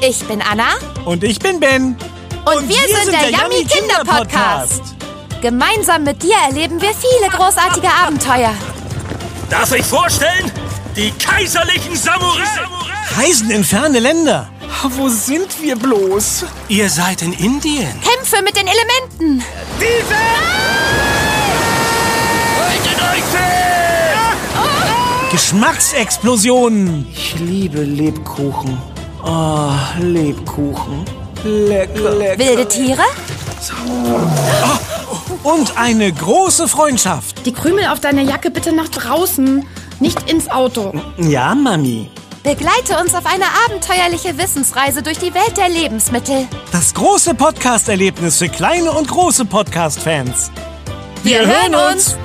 Ich bin Anna Und ich bin Ben. und, wir, sind, der, Yummy Kinder Podcast. Gemeinsam mit dir erleben wir viele großartige Abenteuer. Darf ich vorstellen? Die kaiserlichen Samurai! Reisen in ferne Länder. Wo sind wir bloß? Ihr seid in Indien. Kämpfe mit den Elementen. Geschmacksexplosionen. Ich liebe Lebkuchen. Ah, Lebkuchen. Lecker, lecker. Wilde Tiere? Und eine große Freundschaft. Die Krümel auf deiner Jacke bitte nach draußen, nicht ins Auto. Ja, Mami. Begleite uns auf eine abenteuerliche Wissensreise durch die Welt der Lebensmittel. Das große Podcast-Erlebnis für kleine und große Podcast-Fans. Wir hören uns.